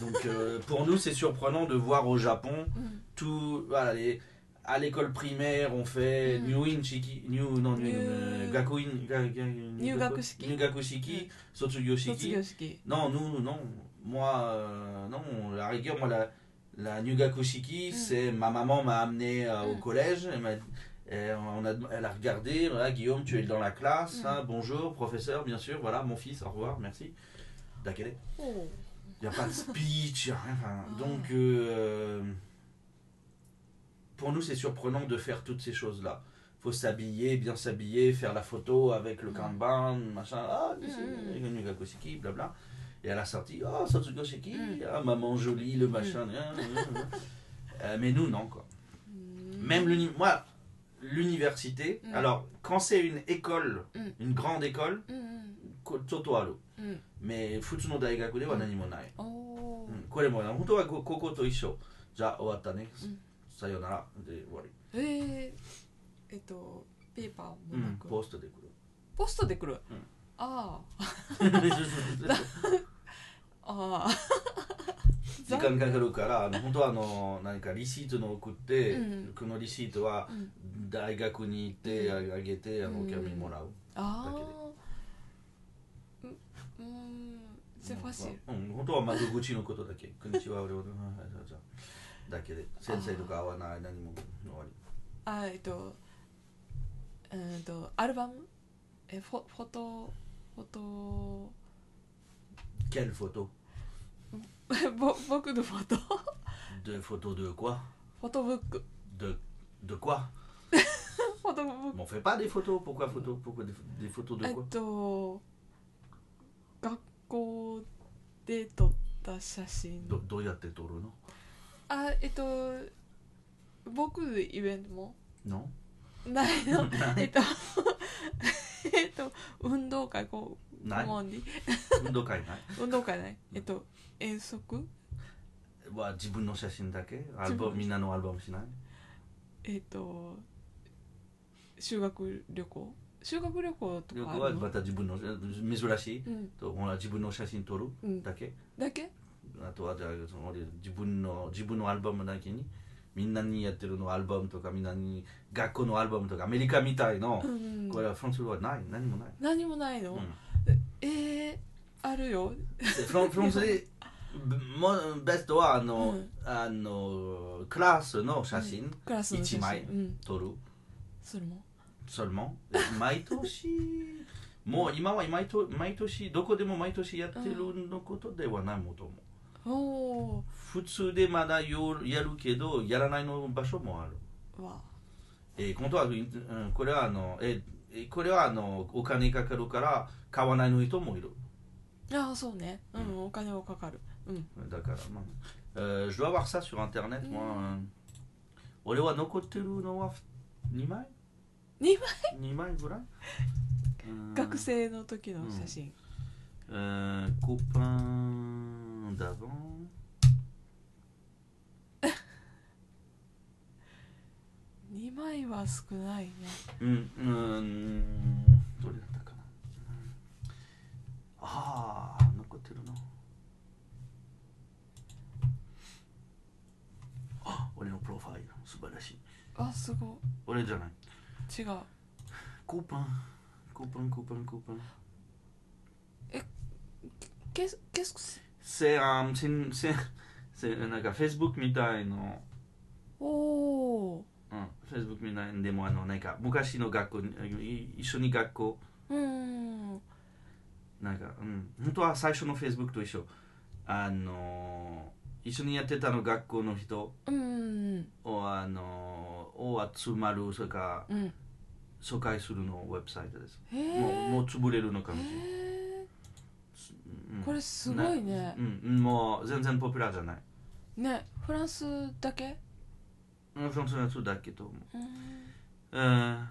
S1: donc euh, pour nous c'est surprenant de voir au Japon
S2: うん
S1: tout voilà les à l'école primaire, on fait
S2: Mm.
S1: New In Shiki, New, non, New,
S2: New-
S1: euh, Gakuin, Ga- Ga-
S2: Nyugakushiki.
S1: Nyugakushiki, Sotsugo
S2: 卒
S1: Shiki.
S2: 業式
S1: Non, nous, non. Moi, euh, non, à la rigueur, moi, la, la Nyugakushiki,
S2: Mm.
S1: c'est ma maman m'a amené euh, au
S2: Mm.
S1: collège. Elle, m'a- elle- on a, elle a regardé, voilà, Guillaume, tu es dans la classe.
S2: Mm.
S1: hein, bonjour, professeur, bien sûr. Voilà, mon fils, au revoir, merci. D'accord.
S2: おお
S1: Il n'y a pas de speech, il y a rien. enfin,
S2: Ah.
S1: Donc, euh, pour nous, c'est surprenant de faire toutes ces choses-là. faut s'habiller, bien s'habiller, faire la photo avec le
S2: Mm.
S1: kanban, machin. Ah, ici,
S2: Mm, mm.
S1: le Nugakoshiki, blabla. Et à la sortie, ah, Satsugoshiki,
S2: Mm.
S1: ah, maman jolie, le machin. hein, hein, hein. Euh, mais nous, non, quoi. Même l'uni- Moi, l'université.
S2: Mm.
S1: Alors, quand c'est une école,
S2: Mm.
S1: une grande école,
S2: うんうん
S1: こtoto aru.
S2: うん。
S1: Mais futsu no daigaku
S2: Mm.
S1: dewa nani mo nai.
S2: おお。
S1: これも本当はここと一緒。じゃあ終わったね
S2: うん。
S1: さよならで終わり。
S2: えー、えっとペーパー
S1: う、
S2: もなんく、
S1: ポストで来る。
S2: ポストで来る。
S1: うん
S2: ああああ。
S1: 時間かかるからあの本当はあの何かリシートの送って、
S2: うん
S1: このリシートは
S2: うん
S1: 大学に行ってあげてあの
S2: う
S1: お
S2: ん
S1: キャミもらう。
S2: あ
S1: だ
S2: あ。ううん。セファシル。
S1: うん、本当は窓口のことだけ。こんにち は、俺は。はいはいじゃあだけで先生とか会わない何も終わり。
S2: あえっと。うーんとアルバムえフォフォト フォト。
S1: Quelle photo
S2: ぼ僕のフォトフ
S1: De photo de quoi
S2: ォトブック
S1: De de quoi
S2: フォトブック
S1: Mais on fait pas des photos. Pourquoi photo Pourquoi des, des photos
S2: えっ
S1: de quoi
S2: と学校で撮った写真
S1: Do- Doya Tetoro, non
S2: あえっと僕のイベントも
S1: Non
S2: ないのえっと えっと運動会こう
S1: ない
S2: 顧問に
S1: Undokai, nai
S2: 運動会ないえっと遠足
S1: Wa, jibun no shashin dake Album, minna no album shinai
S2: えっと修学旅行修学旅行とかあ
S1: Yoko
S2: る
S1: wa,
S2: の
S1: mata jibun no Mizurashi
S2: うん、
S1: とほら自分の写真撮る
S2: うん、
S1: だけ
S2: だけ
S1: あとはじゃあその俺自分の自分のアルバムだけにみんなにやってるのアルバムとかみんなに学校のアルバムとかアメリカみたいの
S2: う、ん
S1: これはフランスはない何もない、
S2: 何もないの、
S1: うん
S2: えー、あるよ
S1: でフランフランスでぶもベストはあの、
S2: うん
S1: あのクラスの写真
S2: クラスの写真
S1: 一枚
S2: うん、
S1: 撮る、
S2: それも
S1: それもで毎年もう今は毎年毎年どこでも毎年やってるのことではないもと思う
S2: お
S1: 普通でまだよやるけどやらないの場所もある、
S2: ーわ
S1: えー本当は、うん、これはあの、えーえーこれはあのお金かかるから買わないの人もいる
S2: ああそうねうん、
S1: う
S2: お金はかかるうん
S1: だからまあ、えー je dois voir ça sur internet、moi うん俺は残ってるのは2枚
S2: 2枚
S1: 2枚ぐらいうん
S2: 学生の時の写真、
S1: Euh, copain d'avant.
S2: Ni 2枚は少ないね
S1: Hum, euh, どれだったかなああ残ってるなあ俺のプロファイル素晴らしい
S2: あすご
S1: 俺じゃない
S2: い違う
S1: コーパンコーパンコーパンコーパン
S2: ケスケス
S1: せあんせんせんせなんか Facebook みたいの
S2: おお
S1: うん Facebook みたいのでもあのなんか昔の学校にい一緒に学校
S2: うん
S1: なんか、うん、本当は最初の Facebook と一緒。あのー、一緒にやってたの学校の人
S2: うん
S1: を、あのー、を集まる、それから
S2: うん
S1: 疎開するのウェブサイトです。
S2: へえ
S1: もうもう潰れるのかもしれない。
S2: へえ
S1: うん
S2: これすごいね
S1: うん、うんもう全然ポピュラーじゃない。
S2: ねフランスだけ
S1: うんフランスのやつだけと思う。
S2: うん
S1: うんま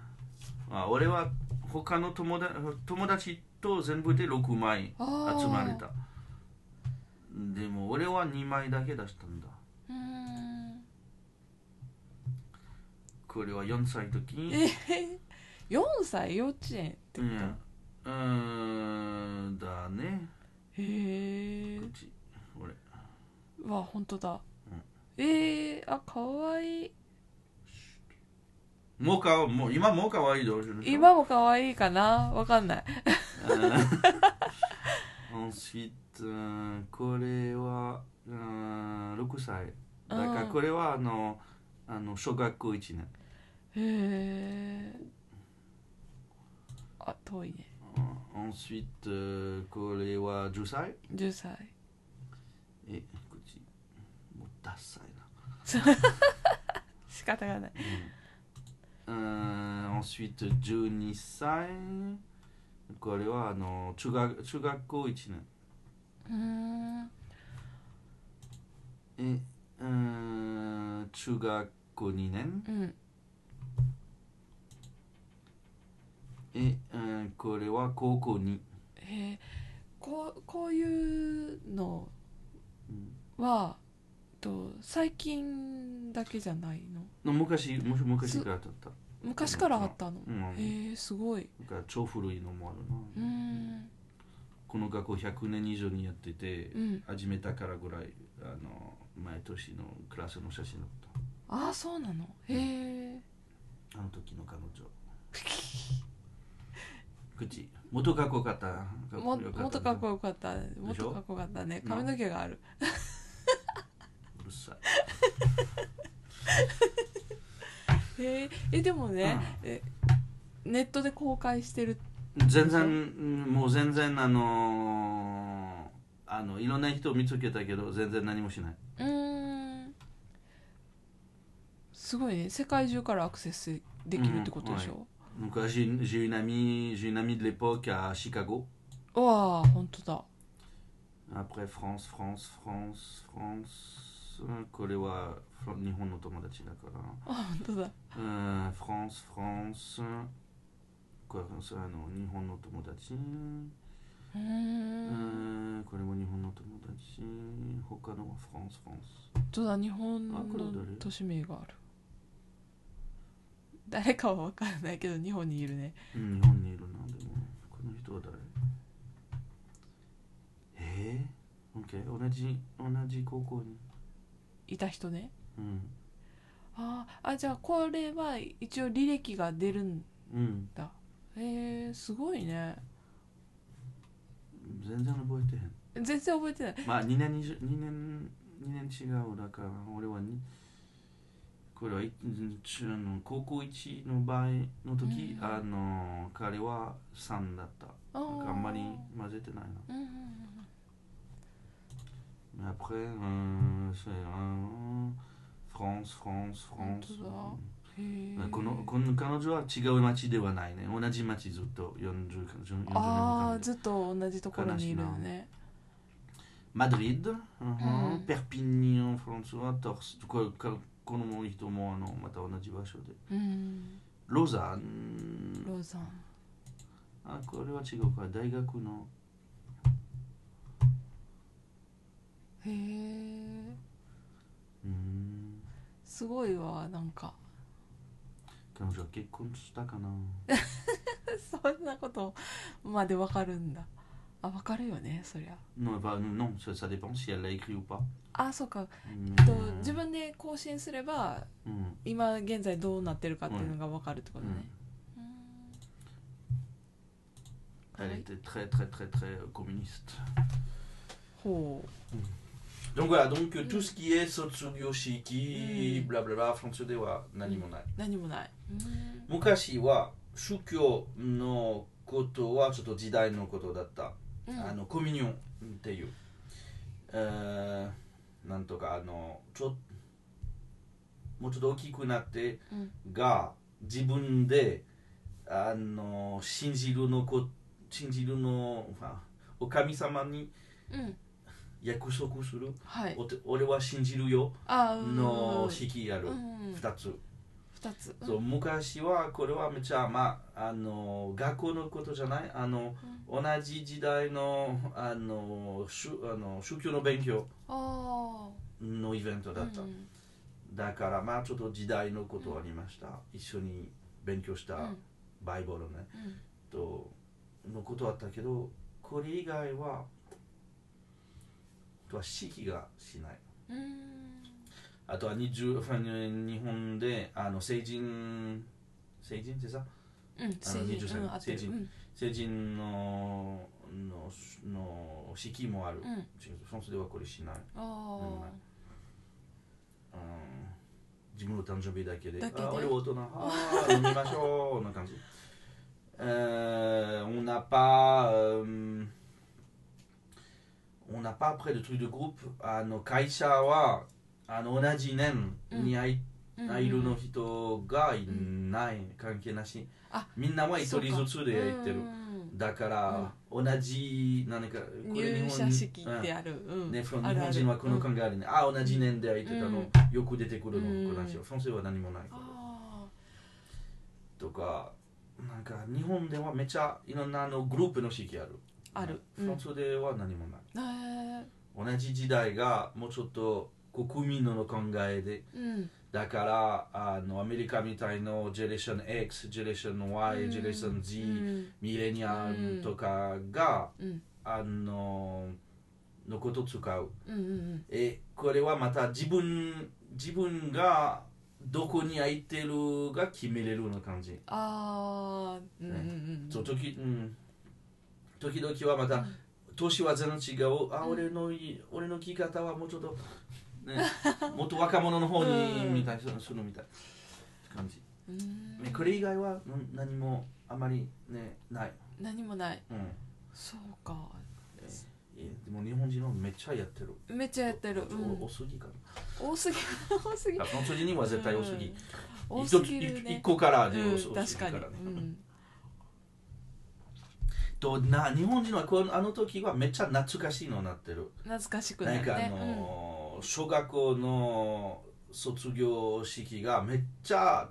S1: あ、俺は他の友達友達と全部で6枚
S2: ああ
S1: 集まれた。でも俺は2枚だけ出したんだ。
S2: うん
S1: これは4歳の時に
S2: えー、4歳幼稚園って
S1: う
S2: こ
S1: ん、うーんだね、
S2: とへえ
S1: こっち俺
S2: うわ本当だ、
S1: うん
S2: えー、あかわいい
S1: もうかもう今もう可愛いどうする
S2: 今もかわいいかなわかんない
S1: ensuite、うんこれは、うん、6歳だから
S2: うん
S1: これはあのあの小学校1年
S2: へえあ遠いね
S1: うん ensuite、うんこれは10歳
S2: 10歳
S1: えこっちもう10歳な
S2: 仕方がない
S1: Euh, ensuite, Johnny Sign. これはあの中学中学校1
S2: うーん
S1: 年え、うん、中学校2年
S2: うん
S1: はここに。
S2: へえこうこういうのは、と最近だけじゃないの
S1: の昔、む昔からだった。
S2: 昔からあったの、
S1: うん
S2: へえすごい
S1: なんか超古いのもあるな。
S2: うーん
S1: この学校100年以上にやってて、
S2: うん
S1: 始めたからぐらい、あの、毎年のクラスの写真だっ
S2: ああそうなのへえ
S1: た。あの時の彼 女。口。元かっこよかった。
S2: も
S1: よ
S2: もっとかっこよかったもっ
S1: しょ
S2: とかっこよかったね髪の毛がある
S1: うるさい。
S2: へええでもね
S1: うん、
S2: えネットで公開してる
S1: 全然うんもう全然あのーあのいろんな人を見つけたけど全然何もしないう
S2: ーんすごいね世界中からアクセスできるってことでしょ、
S1: donc euh, j'ai une, j'ai une amie j'ai une amie de l'époque à Chicago
S2: うわあ本当だ
S1: après France France France France euh, これはフラン日本の友達だから
S2: あ本当だ
S1: Euh, France France これあの日本の友達
S2: うーん
S1: うんこれも日本の友達他のはフランスフランス
S2: 本当だ日本
S1: あ
S2: の
S1: これ誰
S2: 都市名がある誰かは分からないけど日本にいるね
S1: うん日本にいるなでもこの人は誰えー、OK 同じ同じ高校に
S2: いた人ね
S1: うん
S2: あーあじゃあこれは一応履歴が出るん
S1: うん
S2: だへえすごいね
S1: 全然覚えてへん
S2: 全然覚えてない
S1: まあ2年20 2年二年違うだから俺はにこれはいうんちあの高校1の場合の時、
S2: うん
S1: あの彼は3だった
S2: あ
S1: なん
S2: ー
S1: かあんまり混ぜてないな
S2: うんうん
S1: Mais après, euh, c'est euh, France, France, France.
S2: 本当だ。うんうんへえ
S1: このこの彼女は違う町ではないね。同じ町ずっと40 40年
S2: ああ
S1: 間。
S2: ずっと同じところにいるのね
S1: マドリード、
S2: うん
S1: ペルピニオン、フランスはトス。こここの人もあのまた同じ場所で。
S2: うん
S1: ロザン。
S2: ローザン
S1: あ、これは違うか。大学の。
S2: へえ
S1: うん。
S2: すごいわなんか
S1: 彼女は結婚したかな。
S2: そんなことまでわかるんだあわかるよねそりゃ
S1: non, bah, non ça, ça dépend si elle l'a écrit ou pas.
S2: あそうか、
S1: Mais,
S2: えっと、自分で更新すれば
S1: mm.
S2: 今現在どうなってるかっていうのがわかるってことね、うん、
S1: Elle
S2: はい
S1: était très très très très euh, communiste.
S2: ほう
S1: Donc voilà, donc euh, tout ce qui est Sotsuyo
S2: Mm.
S1: Shiki, blablabla, Français Dewa, Nanimonai.
S2: 何もない、うん、
S1: Mukashi wa Shukyo no koto wa choto jidai no koto datta.
S2: うん
S1: あのコミュニオンっていう、えーなんとかあのちょもうちょっと大きくなって
S2: うん
S1: が、自分であの信じるのこ信じるのあお神様に
S2: うん
S1: 約束する、
S2: はい
S1: おて俺は信じるよ
S2: あうん
S1: の式ある、
S2: うん
S1: 2つ、
S2: 二つうん
S1: そう昔はこれはめちゃまああの学校のことじゃないあの、同じ時代のあの宗あの宗教の勉強
S2: あ
S1: のイベント
S2: あ
S1: だった、
S2: うん
S1: だからまあちょっと時代のことありました、一緒に勉強した
S2: うん
S1: バイブルね、
S2: うん
S1: とのことあったけどこれ以外はあとは式がしない
S2: うん
S1: あとは20あの日本であの成人成人ってさ
S2: うん、成人
S1: 20歳
S2: うん、合ってる
S1: 成人
S2: うん
S1: 成人ののの式もある、
S2: うん、
S1: フランスではこれしない
S2: あ
S1: うん自分の誕生日だけで
S2: だけで
S1: あ俺は大人あー飲みましょうな感じ Euh, on n'a pas euh, on n'a pas après de trucs de groupe あの会社はあの同じ年にアイ,、
S2: あ、うん
S1: アイルの人がいない、関係なし
S2: あ
S1: みんなは一人ずつでやってる
S2: うん
S1: だから、同じ何かこれ日本
S2: 入社式
S1: うん
S2: ってある、うん
S1: ね、フラン
S2: あるある
S1: 日本人はこの考えあるね、あ同じ年で会いてたの、よく出てくるの、
S2: うん
S1: この話はフランスは何もないから
S2: あ
S1: とかなんか日本ではめちゃいろんなあのグループの式ある
S2: ある、う
S1: フ
S2: ん
S1: ランスでは何もな
S2: え
S1: い、同じ時代がもうちょっと国民の考えで
S2: ーうん
S1: だからあのアメリカみたいのジェネレーション X ジェネレーション Y、
S2: うん
S1: ジェネレーション Z、
S2: うん
S1: ミレニアムとかが、
S2: うん
S1: あののこと使う
S2: うんうん
S1: えこれはまた自分自分がどこに空いてるが決めれるの感じ
S2: あーうんうんうん
S1: そう時,、うん、時々はまた年は全然違うあ、俺のい俺の聞き方はもうちょっと、ね、もっと若者の方に、
S2: うん
S1: みたいなするみたいな感じ、
S2: うん
S1: ねこれ以外は、うん、何もあまり、ね、ない、
S2: 何もない
S1: うん
S2: そうか
S1: いやでも日本人はめっちゃやってる、
S2: めっちゃやってる、うん
S1: お多、すぎか
S2: 多すぎ多すぎ
S1: なあフランス人には絶対多すぎ、
S2: 多
S1: 一
S2: す
S1: つ
S2: ぎる
S1: 一
S2: ね
S1: 個から
S2: う
S1: で多す
S2: ん
S1: ぎ
S2: 確かに、
S1: らね
S2: うん、
S1: とな日本人はこのあの時はめっちゃ懐かしいのになってる
S2: 懐かしくな
S1: なん
S2: るね
S1: かあのー小学校の卒業式がめっちゃ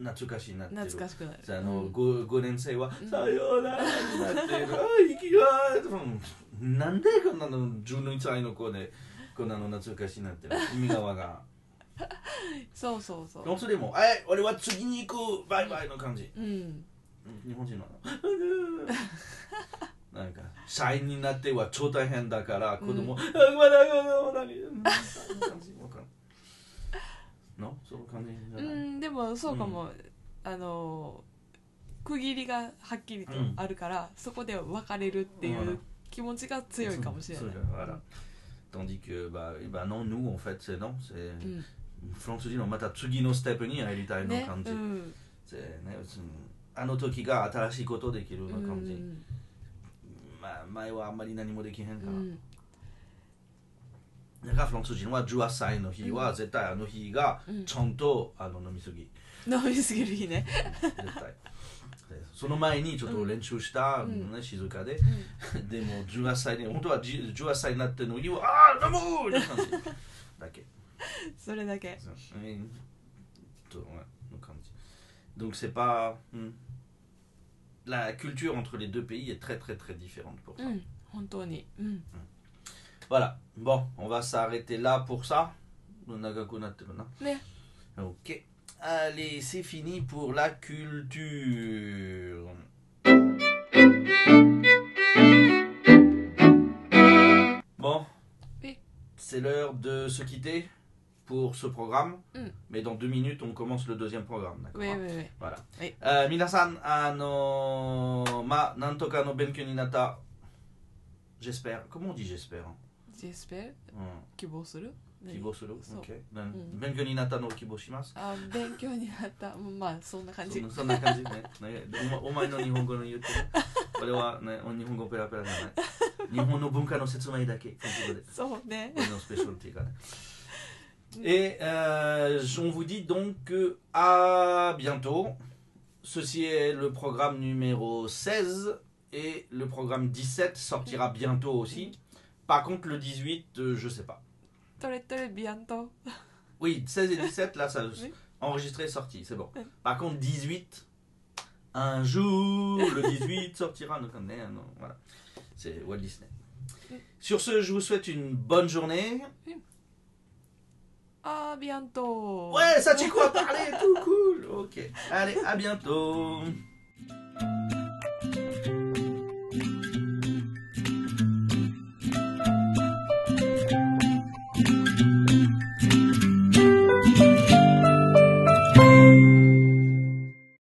S1: 懐かしいなっ
S2: う
S1: て
S2: ん、
S1: る。
S2: 懐かしくなる
S1: あ
S2: う
S1: の
S2: ん
S1: 5, 5年生は「
S2: うん
S1: さようなら」になってる「あ生きがい」なんでこんなの12歳の子でこんなの懐かしいなってる 意味がわが
S2: そうそうそ
S1: ん
S2: う
S1: それも「え俺は次に行くバイバイ」の感じ
S2: うん
S1: 日本人なの なんか社員になっては超大変だから子供、あまだ子供だけどなんかそんな感じわかんないのその感じじゃ
S2: う
S1: ない、
S2: んでもそうかも、あの区切りがはっきりとあるから、そこで別れるっていう気持ちが強いかもしれない、
S1: そうそうそう Tandis que, bah, eh ben non, nous, en fait, c'est non. C'est...
S2: うん、
S1: Francesino, mata tsugino step ni, à l'Italie,
S2: ね
S1: no
S2: う
S1: kanji.
S2: ん
S1: C'est, ne, c'est- あの時が新しいことできる
S2: う
S1: の感じ、
S2: ん
S1: まあ、前はあんまり何もできへん
S2: う
S1: から、
S2: ん
S1: だからフランス人は18歳の日は絶対あの日が
S2: うん
S1: ちゃんとあの飲みすぎ
S2: 飲みすぎる日ね
S1: 絶対でその前にちょっと練習した、
S2: うん
S1: ね、静かで、でも18歳に本当はじ18歳になってのにはああ飲むって感じだけ
S2: それだけ
S1: そううんとはいの感じ donc c'est pas、うん、la culture entre les deux pays est très très très différente pour
S2: う
S1: ça、
S2: ん本当にうん、
S1: voilà bon on va s'arrêter là pour ça 長くなってるな
S2: ね
S1: Ok. Allez, c'est fini pour la culture. Bon.
S2: Oui.
S1: C'est l'heure de se quitter pour ce programme.
S2: Mm.
S1: Mais dans deux minutes, on commence le deuxième programme. d'accord hein
S2: ウェイウェイウェイ
S1: Voilà.
S2: Oui.
S1: Euh, minasan, ano, ma, nantoka no benkyu ni natta. J'espère. Comment on dit j'espère hein
S2: ジェスペル
S1: Hmm.
S2: 希望する
S1: Kibo suru?
S2: So.
S1: Ok. Nan-
S2: Mm.
S1: Benkyu ni natta no kibo shimasu.
S2: あ勉強になった うんまあそんな感
S1: そ
S2: じ
S1: んなそんな感じねねおお前の日本語の言ってね俺はねお日本語ペラペラじゃ ない日本の文化の説明だけ韓国語で
S2: そうね
S1: 俺のスペシャリティがね Et euh, on vous dit donc que à bientôt. Ceci est le programme numéro 16 et le programme 17 sortira bientôt aussi.
S2: Mm.
S1: Par contre, le 18, euh, je sais pas.
S2: トレトレビアント
S1: Oui, 16 et 17, là, ça,
S2: Oui.
S1: enregistré, sorti, c'est bon. Par contre, 18, un jour, le 18 sortira. Donc, on est- non, voilà. C'est Walt Disney. Sur ce, je vous souhaite une bonne journée.
S2: あービアント
S1: Ouais, ça, tu quoi parler, tout cool. Ok. Allez, à bientôt.